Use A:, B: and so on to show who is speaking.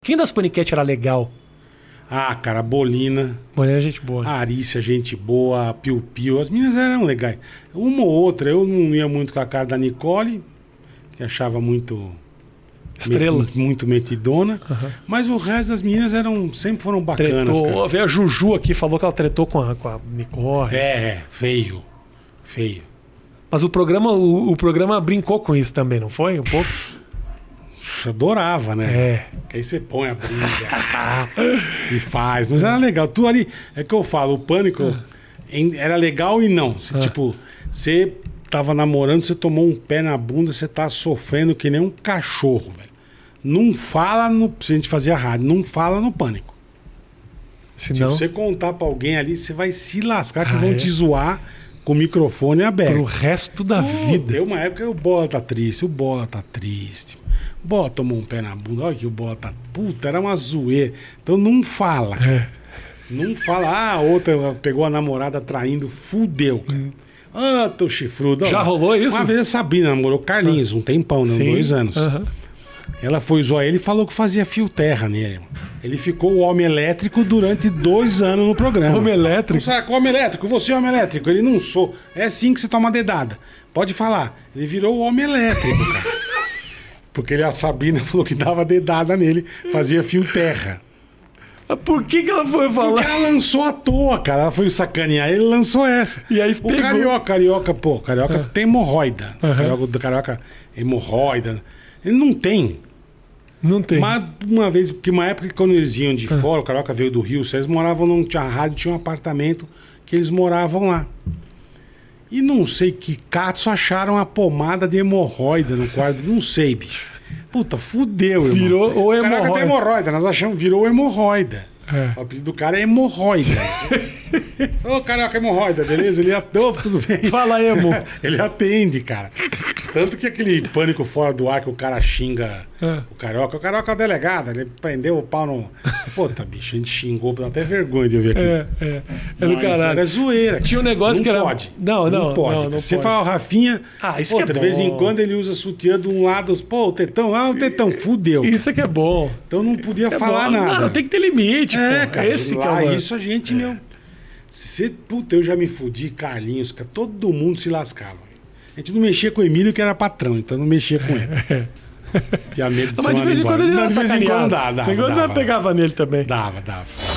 A: Quem das paniquete era legal?
B: Ah, cara, Bolina,
A: Boné era gente boa.
B: Arícia, gente boa, Piu Piu. As meninas eram legais. Uma ou outra, eu não ia muito com a cara da Nicole, que achava muito. Ah,
A: Estrela.
B: Muito, muito metidona. Mas o resto das meninas eram, sempre foram bacanas.
A: Tretou.
B: Cara.
A: Ó, Veio a Juju aqui, falou que ela tretou com a, com a Nicole.
B: É, é, feio. Feio.
A: Mas o programa, o, o programa brincou com isso também, não foi? Um pouco?
B: Puxa, Adorava, né?
A: É.
B: Que aí você põe a briga e faz. Mas era legal. Tu ali, é que eu falo, o pânico
A: Ah.
B: em- era legal e não. Você, Tipo, você tava namorando, você tomou um pé na bunda, você tá sofrendo que nem um cachorro, velho. Não fala no. Se a gente fazia rádio, não fala no pânico.
A: Se
B: Se
A: não,
B: você contar pra alguém ali, você vai se lascar que
A: Ah,
B: vão
A: é?
B: te zoar com o microfone aberto.
A: pro resto da
B: Pô,
A: vida.
B: Deu uma época que o Bola tá triste, o Bola tá triste. O Bola tomou um pé na bunda, olha que o Bola tá... Puta, era uma zoeira. Então não fala.
A: É.
B: cara. Não fala. Ah, a outra pegou a namorada traindo, fudeu, cara. Ah, tô chifrudo.
A: Hum. Já
B: Olha,
A: rolou isso?
B: Uma vez a Sabrina namorou o Carlinhos, um tempão, né?
A: Sim.
B: dois anos.
A: Aham.
B: Ela foi zoar ele e falou que fazia fio terra nele. Ele ficou o homem elétrico durante dois anos no programa.
A: Homem elétrico?
B: Não sabe, homem elétrico, você é homem elétrico. Ele não sou. É assim que você toma dedada. Pode falar. Ele virou o homem elétrico, cara. Porque ele, a Sabina falou que dava dedada nele, fazia fio terra. Ah,
A: Mas Por que, que ela foi falar?
B: Porque ela lançou à toa, cara. Ela foi sacanear ele lançou essa.
A: E aí
B: o
A: pegou. Ah.
B: carioca, carioca, pô, carioca tem hemorroida.
A: Aham.
B: Carioca, do carioca, hemorroida. Ele não tem.
A: Não tem. É.
B: Mas uma vez, porque uma época que quando eles iam de fora, o Carioca veio do Rio, se eles moravam num tinha rádio, tinha um apartamento que eles moravam lá. E não sei que catos acharam a pomada de hemorroida no quarto, não sei, bicho. Puta, fudeu, irmão.
A: Virou o
B: O Carioca tem
A: hemorroida.
B: hemorroida, nós achamos, virou hemorroida.
A: É.
B: O apelido do cara é hemorroida. Ô, Carioca, hemorroida, beleza? Ele atou, tudo bem.
A: Fala aí, amor.
B: Ele atende, cara. Tanto que aquele pânico fora do ar que o cara xinga
A: É.
B: o carioca. O carioca é o delegado, ele prendeu o pau no. Puta, bicho, a gente xingou, dá até vergonha de eu ver aqui.
A: É, é. É do
B: Mas
A: caralho.
B: Era zoeira. cara.
A: Tinha um negócio
B: não
A: que era-
B: Pode.
A: Não, não,
B: pode.
A: não,
B: cara.
A: não
B: Você
A: pode.
B: fala, o Rafinha.
A: Ah, isso
B: puta,
A: que é
B: de vez em
A: bom.
B: quando ele usa sutiã de um lado. Pô, o tetão, ah, o tetão, fudeu.
A: Isso é que é bom.
B: Então não podia
A: É
B: falar
A: bom.
B: nada.
A: Não, tem que ter limite,
B: É,
A: pô.
B: cara.
A: Esse
B: lá,
A: que é o
B: isso a gente, meu. Se você- puta, eu já me fudi, Carlinhos, cara, todo mundo se lascava. A gente não mexia com o Emílio, que era patrão, então não mexia com ele. Tinha medo de
A: Mas de vez em quando ele era
B: De vez em
A: sacaneado.
B: quando dava,
A: De vez em quando
B: dava,
A: pegava nele também.
B: dava, dava.